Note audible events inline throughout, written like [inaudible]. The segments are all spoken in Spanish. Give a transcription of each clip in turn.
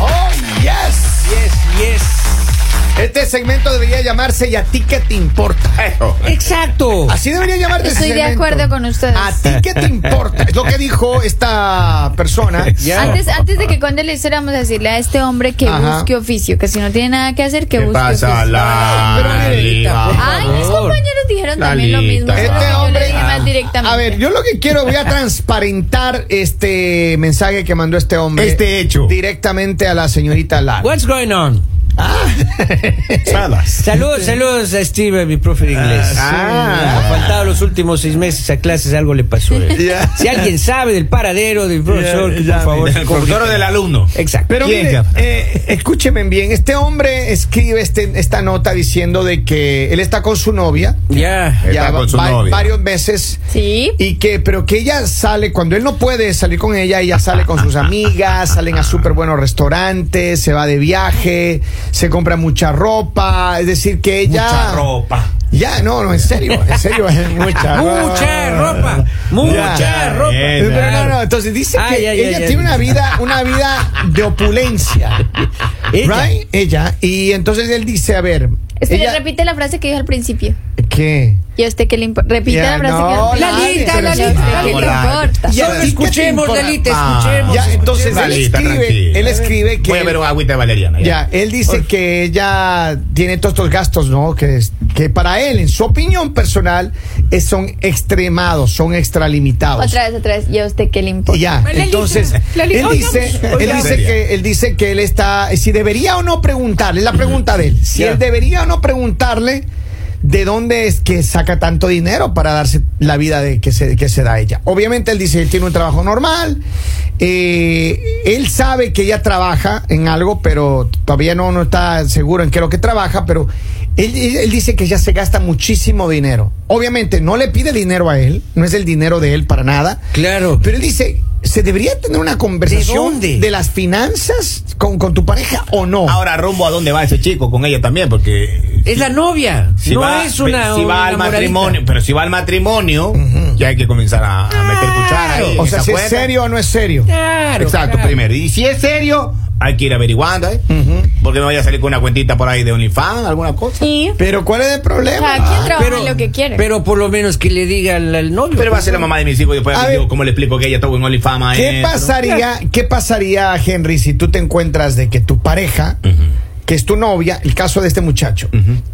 Oh, Este segmento debería llamarse ¿Y a ti qué te importa? Exacto. Así debería llamarte Estoy ese de segmento. acuerdo con ustedes. ¿A ti qué te importa? Es lo que dijo esta [laughs] persona. Ya. Antes, antes de que cuando le hiciéramos a decirle a este hombre que Ajá. busque oficio, que si no tiene nada que hacer, que ¿Qué busque pasa, oficio. Lali? Ay, mis compañeros dijeron también lo mismo. Este solo que Lalita. yo le hombre. dije más directamente. A ver, yo lo que quiero, voy a transparentar este mensaje que mandó este hombre. Este hecho. Directamente a la señorita Lara. What's going on? Ah. [laughs] Salas. Saludos, saludos a Steve, mi profe de inglés. Ah, Ha faltado los últimos seis meses a clases, algo le pasó. eh. [laughs] Ya. Si alguien sabe del paradero del profesor, que por favor. se El conductor comunique. del alumno. Exacto. Pero Bien, mire, Jafar. eh, escúcheme bien, este hombre escribe este, esta nota diciendo de que él está con su novia, ya. Está con su novia. varios meses, Sí. y que, pero que ella sale, cuando él no puede salir con ella, ella sale con sus amigas, salen a súper buenos restaurantes, se va de viaje, se compra mucha ropa, es decir, que ella... Mucha ropa. Ya, no, no, en serio, en serio, es mucha [laughs] Mucha ropa. Mucha Ya. ropa. Ah. Bien, Pero no, no, entonces dice Ay, que ay, ella ay, ay. tiene una vida, una vida de opulencia. Ella. Right? Ella. Y entonces él dice, a ver. Espera, ella- repite la frase que dije al principio. ¿Qué? ¿Y a usted qué le importa? Repite Ya, la frase no, que al la principio. lista, la ¿Y a lista. usted qué le Ah, hola. Ya, ¿a Solo importa? ti qué te escuchemos, importa? Lalita, Ah, escuchemos. Ya, entonces él Lalita, escribe, tranquila. él escribe que. Voy a ver un agüita de valeriana. Ya, ya. él dice que ella tiene todos estos gastos, ¿no? Que, es- que para él, en su opinión personal, es- son extremados, son extralimitados. Otra vez, otra vez. ¿Y a usted qué le importa? Ya, entonces, él dice, él oigamos. dice que él dice que él está, si debería o no preguntarle, es la pregunta de él, si Ya. él debería o no preguntarle de dónde es que saca tanto dinero para darse la vida de que se, que se da ella. Obviamente él dice, él tiene un trabajo normal, eh, él sabe que ella trabaja en algo, pero todavía no, no está seguro en qué es lo que trabaja, pero él, él- él dice que ella se gasta muchísimo dinero. Obviamente no le pide dinero a él, no es el dinero de él para nada. Claro. Pero él dice, ¿se debería tener una conversación ¿De dónde? las finanzas con, con tu pareja o no? Ahora rumbo a dónde va ese chico con ella también, porque Es la novia. si no va, es una. si va una al moradita. matrimonio, pero si va al matrimonio, ya hay que comenzar a, a meter cuchara. ahí en o sea, esa si es cuenta. serio o no es serio. Claro. Exacto, claro. primero. Y si es serio, hay que ir averiguando, ¿eh? Porque no vaya a salir con una cuentita por ahí de OnlyFans, alguna cosa. ¿Y? Pero ¿cuál es el O problema? sea, ¿quién trabaja en lo que quiere? Ah, Pero por lo menos que le diga al, al novio. pues. Pero va a ser la mamá de mis hijos y después A les ver. digo, ¿cómo le explico que ella estuvo en OnlyFans? ¿Qué maestro? pasaría, ¿Qué pasaría, Henry, si tú te encuentras de que tu pareja, que es tu novia, el caso de este muchacho,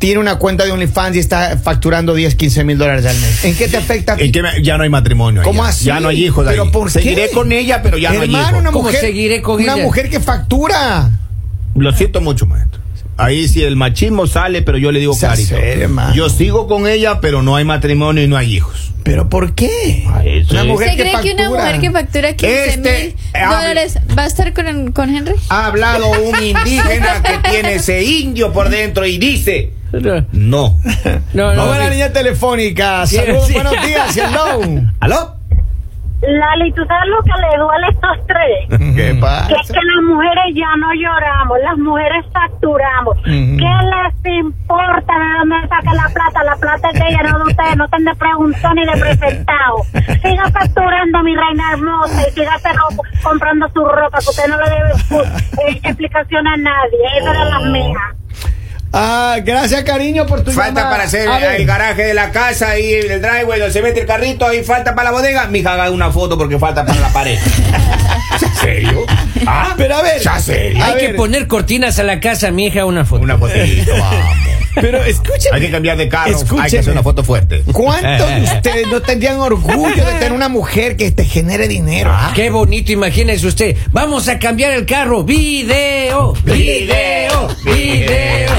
tiene una cuenta de OnlyFans y está facturando 10, 15 mil dólares al mes? ¿En qué te afecta a ti? ¿En qué me- ya no hay matrimonio. ahí, ¿Cómo ya. así? Ya no hay hijos. de ¿Pero ahí. por qué? Seguiré con ella, pero ya no hay Hermano, hijos. una ¿Cómo mujer, seguiré con una ella? mujer que factura. Lo siento mucho, maestro. Ahí sí el machismo sale, pero yo le digo Sea clarito. serio, hermano. yo sigo con ella, pero no hay matrimonio y no hay hijos. ¿Pero por qué? Ay, eso Una es- mujer ¿Usted cree que una mujer que factura 15 Este, mil hable. dólares va a estar con, con Henry? Ha hablado un indígena que tiene ese indio por dentro y dice, No, no. [laughs] no. Vamos a la no. línea telefónica. Sí, Saludos, sí. buenos días, hello. [laughs] ¿Aló? Lali, ¿tú sabes lo que le duele a [laughs] estos tres? ¿Qué Que, que las mujeres ya no lloramos, las mujeres facturamos. Ujú. ¿Qué les importa de dónde saca la plata? La plata es de ella, no de ustedes. No te han de preguntado ni de presentado. Siga facturando, mi reina hermosa, y siga comprando su ropa, que usted no le debe pu- eh, explicación a nadie. Esa era la mía. Ah, gracias, cariño, por tu Pues Falta llamada. para hacer A ver, el garaje de la casa y el driveway donde se mete el carrito y falta para la bodega. Mija, haga una foto porque falta para la pared. [laughs] ¿En serio? Ah, Pero a ver. ¿Ya serio? A Hay que ver. poner cortinas a la casa, mi hija, una foto. Una [laughs] fotito, vamos. Pero escúcheme. Hay que cambiar de carro. Hay que Escúcheme. hacer una foto fuerte. [laughs] Eh, ¿Cuántos de ustedes no tendrían orgullo de tener una mujer que te genere dinero? ah? Qué bonito, imagínese usted. Vamos a cambiar el carro. Video, video, video.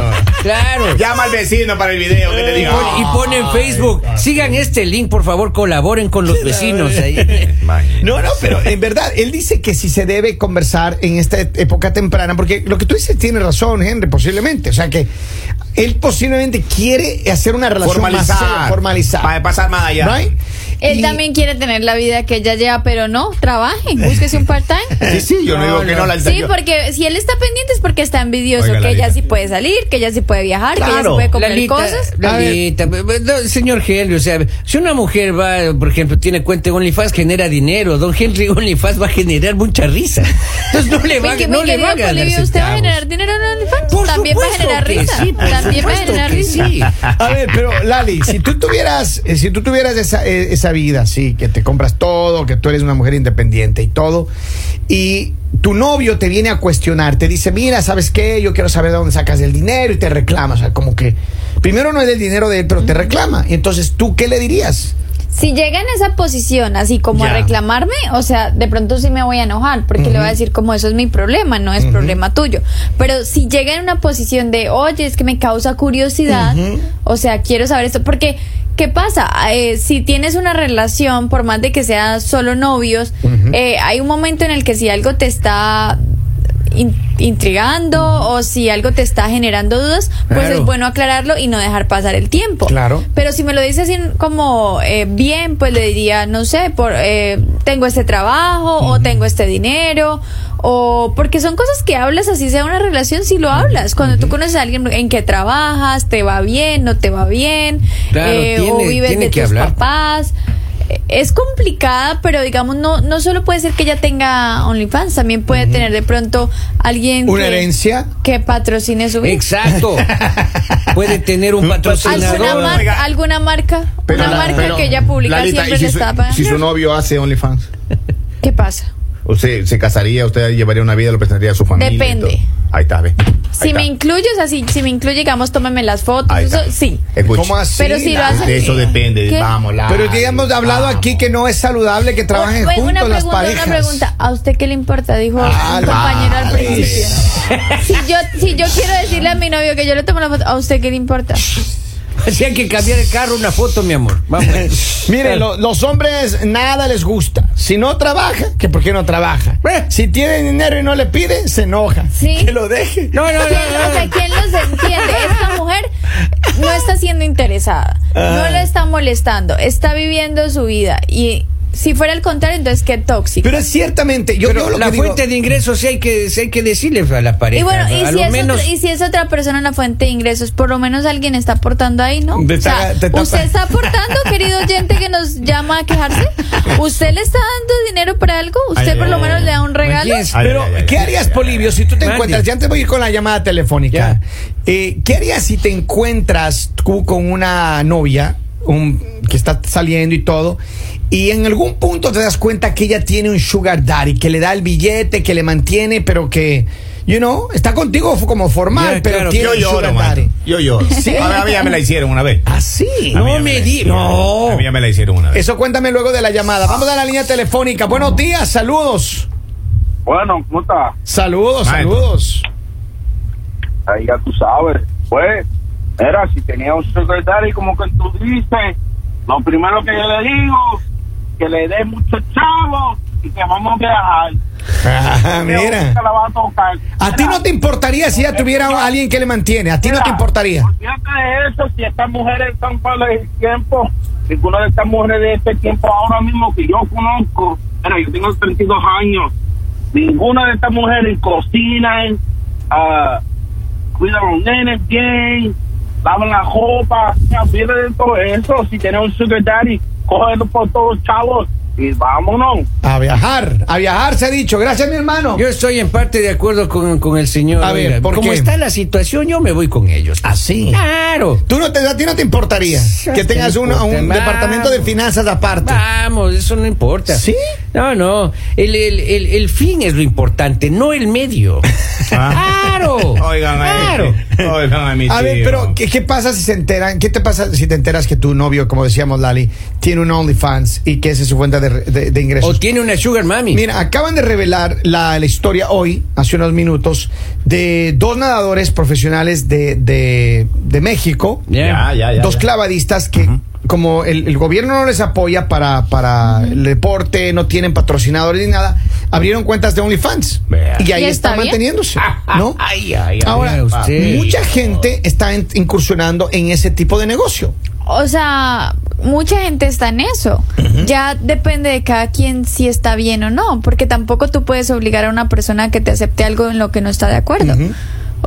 Claro. eh. Llama al vecino para el video que te Y, diga. "Ah". pon- y pone en Facebook. Sigan este link, por favor, colaboren con los vecinos. ahí. No, no, pero en verdad, él dice que si se debe conversar en esta e- época temprana, porque lo que tú dices tiene razón, Henry, posiblemente. O sea que él posiblemente quiere hacer una relación más seria, Formalizar. formalizar. Para pasar más allá. Right? Él Y- también quiere tener la vida que ella lleva, pero no, trabajen, búsquese [laughs] un part-time. Sí, sí, yo no, digo que no la Sí, porque si él está pendiente es porque está envidioso, Oiga, que ella Larita. sí puede salir, que ella sí puede viajar, que ella se Claro. puede comer Lalita, cosas. Lalita, pe- pe- no, señor Henry, o sea, si una mujer va, por ejemplo, tiene cuenta en OnlyFans, genera dinero. Don Henry [laughs] OnlyFans va a generar mucha risa. Entonces no le va, Mi que- no mi le va a querido ganar Polivio, ¿usted va centavos. a generar dinero en OnlyFans? Por También va a supuesto generar que risa. sí, por También va a supuesto generar que risa. sí. A ver, pero Lali, si tú tuvieras, eh, si tú tuvieras esa, eh, esa vida, sí, que te compras todo, que tú eres una mujer independiente y todo, y tu novio te viene a cuestionar, te dice, mira, ¿sabes qué? Yo quiero saber de dónde sacas el dinero y te reclama, o sea, como que primero no es el dinero de él, pero te reclama. Entonces, ¿tú qué le dirías? Si llega en esa posición, así como a Ya. reclamarme, o sea, de pronto sí me voy a enojar, porque le voy a decir como eso es mi problema, no es problema tuyo. Pero si llega en una posición de, oye, es que me causa curiosidad, o sea, quiero saber esto, porque, ¿qué pasa? Eh, si tienes una relación, por más de que sean solo novios, eh, hay un momento en el que si algo te está in- intrigando o si algo te está generando dudas, pues Claro. es bueno aclararlo y no dejar pasar el tiempo. Claro. Pero si me lo dices así como eh, bien, pues le diría, no sé, por eh, tengo este trabajo o tengo este dinero o porque son cosas que hablas así sea una relación si lo hablas cuando tú conoces a alguien en que trabajas te va bien no te va bien eh, Claro, o tiene- vives tiene de que tus hablar. papás Eh, es complicada pero digamos no no solo puede ser que ella tenga OnlyFans también puede tener de pronto alguien ¿Una que- herencia? que patrocine su vida Exacto. Puede tener un Un patrocinador. ¿Alguna, patrocinador. [laughs] mar- Oiga. alguna marca, Pero- una marca pero, que ella publica Lalita, siempre ¿y le si, su, está pagando. si su novio hace OnlyFans, ¿Qué pasa? ¿usted se casaría, usted llevaría una vida, lo presentaría a su familia? y Depende. todo? Ahí está, ve. Si me incluye, o sea, si, si me incluye, digamos, tómeme las fotos, Ahí eso, está. sí. Escuche. ¿Cómo así? Pero si lo Lali? hace- De eso depende. ¿Qué? Vamos, la. Pero ya hemos hablado aquí que no es saludable que trabajen Bueno, juntos Pues, una las pregunta, parejas. una pregunta. ¿A usted qué le importa? Dijo Ah, un compañero al Lali. principio. Si yo, si yo quiero decirle a mi novio que yo le tomo la foto, ¿a usted qué le importa? Hacían que cambiar el carro, una foto, mi amor. Vamos. [laughs] Miren, lo- los hombres nada les gusta. Si no trabaja, que por qué no trabaja. Eh. Si tiene dinero y no le pide, se enoja. Sí. Que lo deje. No, no, no, ¿Quién, o no. sea, ¿quién los entiende? Esta mujer no está siendo interesada, no la está molestando, está viviendo su vida y si fuera el contrario, entonces qué tóxico. Pero es ciertamente, yo, yo Pero lo la que digo- fuente de ingresos sí hay que, sí hay que decirle a la pareja. Y bueno, y a si, lo es menos. otra, y si es otra persona la fuente de ingresos, por lo menos alguien está aportando ahí, ¿no? Te O sea, está- te está- usted está aportando, querido oyente que nos llama a quejarse. ¿Usted le está dando dinero para algo? ¿Usted Ay, por ay, lo ay, menos ay. le da un regalo? Oye, es- Ay, Pero, ay, ay, ¿qué ay, harías, ay, Polivio, si tú te Mandy. encuentras? Ya antes voy a ir con la llamada telefónica. Ya. Eh, ¿Qué harías si te encuentras tú con una novia un- que está saliendo y todo? Y en algún punto te das cuenta que ella tiene un sugar daddy, que le da el billete, que le mantiene, pero que, you know, está contigo como formal, Ya, pero claro, tiene Yo un lloro, sugar mano. daddy. Yo lloro. A, mí, a mí ya me la hicieron una vez. Así. A mí No ya me la di- hicieron. no. A mí ya me la hicieron una vez. Eso cuéntame luego de la llamada. Vamos a la línea telefónica. Buenos días, saludos. Bueno, puta, Saludos, Maestro. [laughs] saludos. ahí ya tú sabes. Pues, era si tenía un sugar daddy, como que tú dices, lo primero que yo le digo, que le dé mucho chavo y que vamos a viajar. Ah, Que mira. nunca la va a tocar. A ti no te importaría si ya tuviera a alguien que le mantiene. A ti no te importaría. Olvídate de eso, si estas mujeres están para el tiempo, ninguna de estas mujeres de este tiempo ahora mismo que yo conozco, mira, yo tengo 32 años, ninguna de estas mujeres cocinan, ah, cuidan a los nenes bien, lavan la ropa, o sea, olvídate de todo eso, si tienes un sugar daddy, cógelo por todos chavos y vámonos. A viajar, a viajar se ha dicho. Gracias, mi hermano. Yo estoy en parte de acuerdo con, con el señor. A ver, ¿por como qué? está la situación, yo me voy con ellos. Ah, Así. Claro. Tú no te, a ti no te importaría que Ah. te tengas un, importa, Ah. un vamos. departamento de finanzas aparte. Vamos, eso no importa. ¿Sí? No, no. El, el, el, el fin es lo importante, no el [laughs] medio. Ah. Claro. Oigan a claro. este. Oigan a mi A ver, tío. pero ¿qué, qué pasa si se enteran? ¿Qué te pasa si te enteras que tu novio, como decíamos Lali, tiene un OnlyFans y que esa es su fuente de, de- de ingresos? O tiene una sugar mami. Mira, acaban de revelar la, la historia hoy, hace unos minutos, de dos nadadores profesionales de, de- de México, Ya, ya, ya. dos ya. clavadistas que como el, el gobierno no les apoya para, para el deporte, no tienen patrocinadores ni nada, abrieron cuentas de OnlyFans. Vea. Ah. Y ahí ¿Y está, está bien? manteniéndose, [laughs] ¿no? Ay, ay, ay. Ahora, vea usted. mucha gente está en- incursionando en ese tipo de negocio. O sea, mucha gente está en eso. Ya depende de cada quien si está bien o no, porque tampoco tú puedes obligar a una persona a que te acepte algo en lo que no está de acuerdo.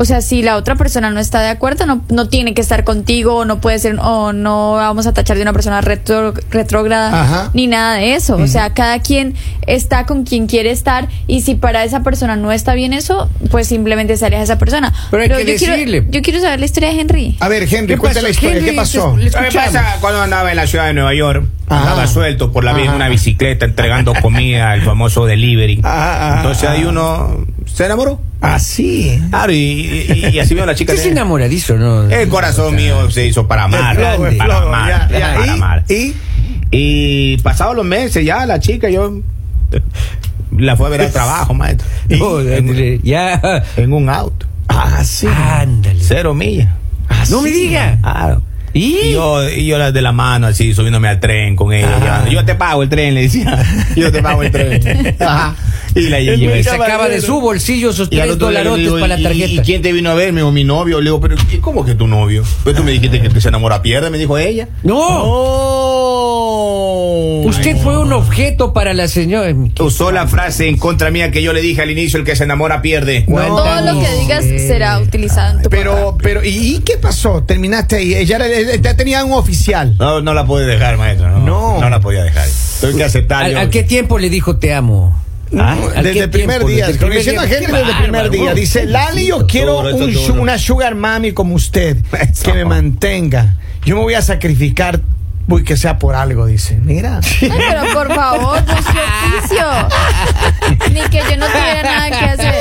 O sea, si la otra persona no está de acuerdo, no, no tiene que estar contigo, o no puede ser, o no vamos a tachar de una persona retro- retrógrada, Ajá. ni nada de eso. O sea, cada quien está con quien quiere estar, y si para esa persona no está bien eso, pues simplemente se aleja de esa persona. Pero hay que yo decirle. Quiero, yo quiero saber la historia de Henry. A ver, Henry, ¿Qué cuéntale la pasó, historia. Henry? ¿Qué pasó? Le ¿Qué escuchamos. pasa cuando andaba en la ciudad de Nueva York? Ajá. Andaba suelto por la vida en Ajá. una bicicleta entregando comida, el famoso delivery. Ajá, ajá, Entonces ahí ajá. uno se enamoró. Así. Claro, y, y- y así vio a la chica. Usted es de- enamoradizo, ¿no? El corazón mío se hizo para amar. Es flojo, es para flojo, amar, ya, ya, para ¿y? amar. ¿Y? Y pasados los meses ya la chica yo la fue a ver al trabajo, maestro. No, en, ándale, eh, ya. en un auto. Ah, Así. Ándale. Cero millas. No me diga. Ah, Claro. Y ¿Y? yo, y yo la de la mano así, subiéndome al tren con ella. llevando, Yo te pago el tren, le [laughs] decía. Yo te pago el [laughs] tren. Ajá. Y la Es muy llevé. Sacaba de su bolsillo sus al tres otro día le dolarotes digo, para la "¿Y- tarjeta. ¿Y quién te vino a ver? Me dijo, mi novio. Le digo, pero ¿y ¿cómo que tu novio? Pues tú me dijiste que se enamora pierde, me dijo ella. No, ¡Oh! usted fue un objeto para la señora. eh, Usó la frase en contra mía que yo le dije al inicio, el que se enamora pierde. Todo lo que Cuéntanos. digas Sí. será utilizado en tu contra. eh, [laughs] Pero, pero, ¿y, y qué pasó? Terminaste ahí. Ella era- ella tenía un oficial. No, no la pude dejar, maestro. No, No. no. la podía dejar. Tuve que aceptar. ¿Al- yo- ¿A qué tiempo le dijo te amo? ¿Ah? ¿Al Desde qué el primer tiempo? día, Desde estoy el primer diciendo a día. Henry Qué desde el primer bárbaro. día. Dice, Lali, [laughs] yo quiero duro, esto un es su- duro. una sugar mami como usted, que me mantenga. Yo me voy a sacrificar, voy que sea por algo, dice. Mira. Ay, pero por favor, busque oficio. Ni que yo no tuviera nada que hacer.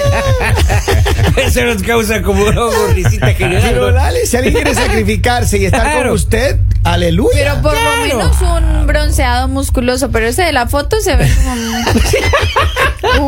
Eso nos causa como una gorrisita Pero general. Lali, si alguien quiere sacrificarse y estar Claro. con usted, aleluya. Pero por Claro. lo menos un bronceado musculoso. Pero ese de la foto se ve como.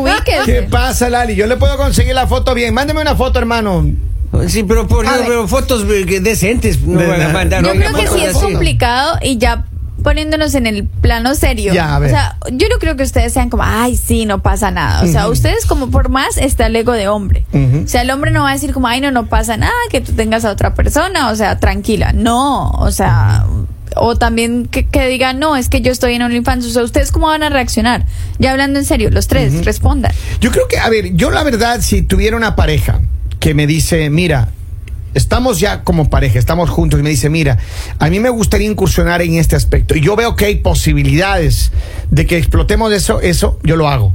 [laughs] un- ¿Qué Ubíquese. pasa, Lali? Yo le puedo conseguir la foto bien. Mándeme una foto, hermano. ¿no? Sí, pero por A Dios, ver. pero fotos eh, que decentes no De- van a de- mandar. Yo una creo que foto sí es así. complicado y ya poniéndonos en el plano serio. Ya, a ver. O sea, yo no creo que ustedes sean como, ay, sí, no pasa nada. O sea, ustedes como por más está el ego de hombre. Ujú. O sea, el hombre no va a decir como, ay, no, no pasa nada que tú tengas a otra persona. O sea, tranquila. No, o sea... O también que, que digan, no, es que yo estoy en OnlyFans. O sea, ¿ustedes cómo van a reaccionar? Ya hablando en serio, los tres, respondan. Yo creo que, a ver, yo la verdad, si tuviera una pareja que me dice, mira, estamos ya como pareja, estamos juntos, y me dice, mira, a mí me gustaría incursionar en este aspecto. Y yo veo que hay posibilidades de que explotemos eso, eso, yo lo hago.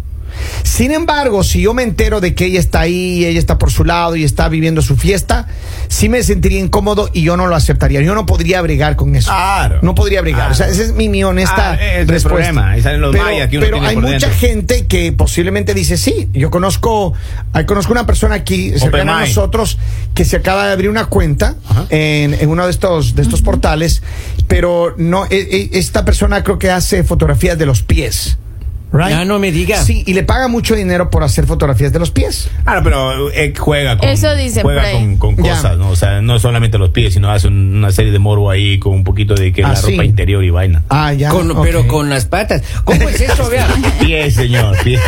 Sin embargo, si yo me entero de que ella está ahí, ella está por su lado y está viviendo su fiesta, sí me sentiría incómodo y yo no lo aceptaría. Yo no podría bregar con eso. Claro. No podría bregar. Claro. O sea, esa es mi, mi honesta Ah, ese es el respuesta. problema. Ahí salen los pero mayas que uno pero tiene hay por mucha dentro. gente que posiblemente dice sí. Yo conozco, ah, conozco una persona aquí cercana a mind. nosotros que se acaba de abrir una cuenta en, en uno de estos de estos portales, pero no e- e- esta persona creo que hace fotografías de los pies. Right? Ya no me diga. Sí, y le paga mucho dinero por hacer fotografías de los pies. Claro, pero eh, juega con, Eso dicen por juega ahí. con, con Ya. cosas, ¿no? O sea, no solamente los pies, sino hace un- una serie de morbo ahí con un poquito de que Ah, la sí. ropa interior y vaina. Ah, ya. Con- ok. Pero con las patas. ¿Cómo es eso? Vea. [laughs] Pies, señor, pies.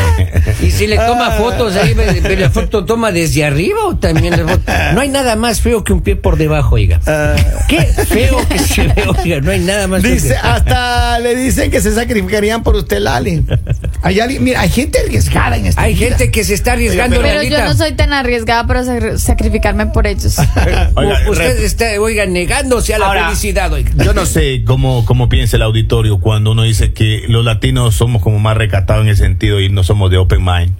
Y si le toma Ah. fotos ahí, ve- ve la foto toma desde arriba o también la foto? No hay nada más feo que un pie por debajo, oiga. Ah. Qué feo que se ve, oiga. No hay nada más feo [laughs] Dice, que- hasta le dicen que se sacrificarían por usted, Lali. Hay alguien- mira, hay gente arriesgada en esta Hay vida. gente que se está arriesgando, Pero yo Lalita. no soy tan arriesgada para sacr- sacrificarme por ellos. [laughs] Oiga, U- Usted rep- está, oiga, negándose a la Ahora, felicidad, oiga. Yo no sé cómo, cómo piensa el auditorio cuando uno dice que los latinos somos como más recatados en el sentido y no somos de open mind.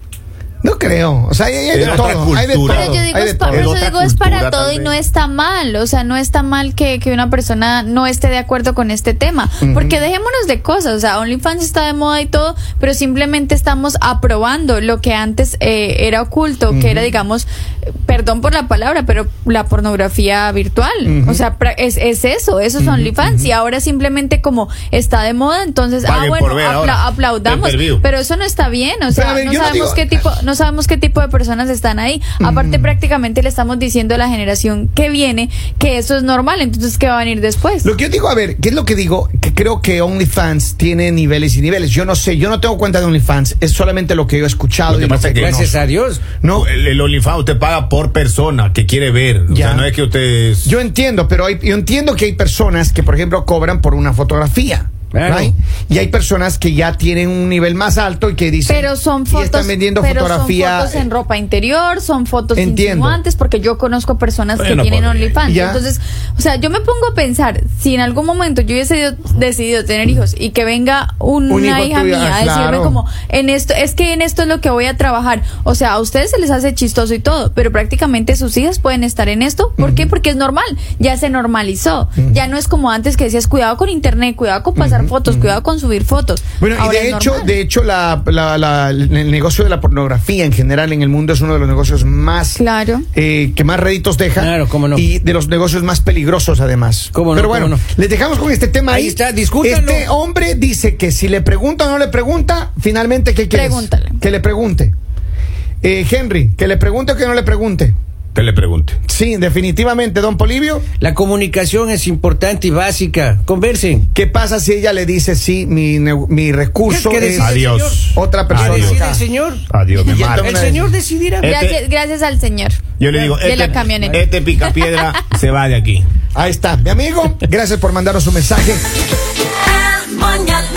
No creo. O sea, hay, hay de Es otra todo. Hay de cultura. todo. Pero yo digo, hay de es, pa- todo. por eso otra digo, es cultura para todo y también. no está mal. O sea, no está mal que, que una persona no esté de acuerdo con este tema. Porque dejémonos de cosas. O sea, OnlyFans está de moda y todo, pero simplemente estamos aprobando lo que antes eh, era oculto, que era, digamos, eh, perdón por la palabra, pero la pornografía virtual. O sea, pra- es, es eso, eso es OnlyFans. Y ahora simplemente como está de moda, entonces, ah, Paguen bueno, por ver apla- ahora. aplaudamos. Pay per view. Pero eso no está bien. O a sea, ver, no yo no sabemos digo- qué tipo no sabemos qué tipo de personas están ahí. Mm. Aparte, prácticamente le estamos diciendo a la generación que viene que eso es normal. Entonces, ¿qué va a venir después? Lo que yo digo, a ver, ¿qué es lo que digo? Que creo que OnlyFans tiene niveles y niveles. Yo no sé, yo no tengo cuenta de OnlyFans. Es solamente lo que yo he escuchado. Lo que y pasa que Gracias a Dios. no, El, el OnlyFans usted paga por persona que quiere ver. O Ya. sea, no es que usted. es- yo entiendo, pero hay- yo entiendo que hay personas que, por ejemplo, cobran por una fotografía. Claro. right? Y hay personas que ya tienen un nivel más alto y que dicen. Pero son y fotos. están vendiendo pero fotografía. eh, Son fotos en ropa interior, son fotos Entiendo. insinuantes, porque yo conozco personas Bueno, que tienen podría. OnlyFans. Ya. Entonces, o sea, yo me pongo a pensar, si en algún momento yo hubiese ido- decidido tener hijos y que venga un- Un una hijo hija tuyo, mía ah, a decirme claro. como, en esto, es que en esto es lo que voy a trabajar. O sea, a ustedes se les hace chistoso y todo, pero prácticamente sus hijas pueden estar en esto. ¿Por qué? Porque es normal, ya se normalizó. Ya no es como antes que decías, cuidado con internet, cuidado con pasar fotos, cuidado con subir fotos. Bueno, y Ahora de es hecho, normal. de hecho la, la- la- el negocio de la pornografía en general en el mundo es uno de los negocios más Claro. eh, que más réditos deja Claro, cómo no. y de los negocios más peligrosos además. Cómo no, Pero bueno, cómo no. les dejamos con este tema ahí. Ahí está, discútanlo. Este hombre dice que si le pregunta o no le pregunta, finalmente qué quieres? Pregúntale. Que le pregunte. Eh, Henry, que le pregunte o que no le pregunte. Que le pregunte. Sí, definitivamente, don Polivio. La comunicación es importante y básica. Conversen. ¿Qué pasa si ella le dice sí, mi, neu- mi recurso ¿Qué es decide el Adiós. señor? otra persona? ¿Qué decide acá? el señor? Adiós, me Y mata. entonces- El señor decidirá. Eh, Gracias, Este- gracias al señor. Yo le digo, De la camioneta. este picapiedra se va de aquí. Ahí está, mi amigo. Gracias por mandarnos un mensaje. El mañanero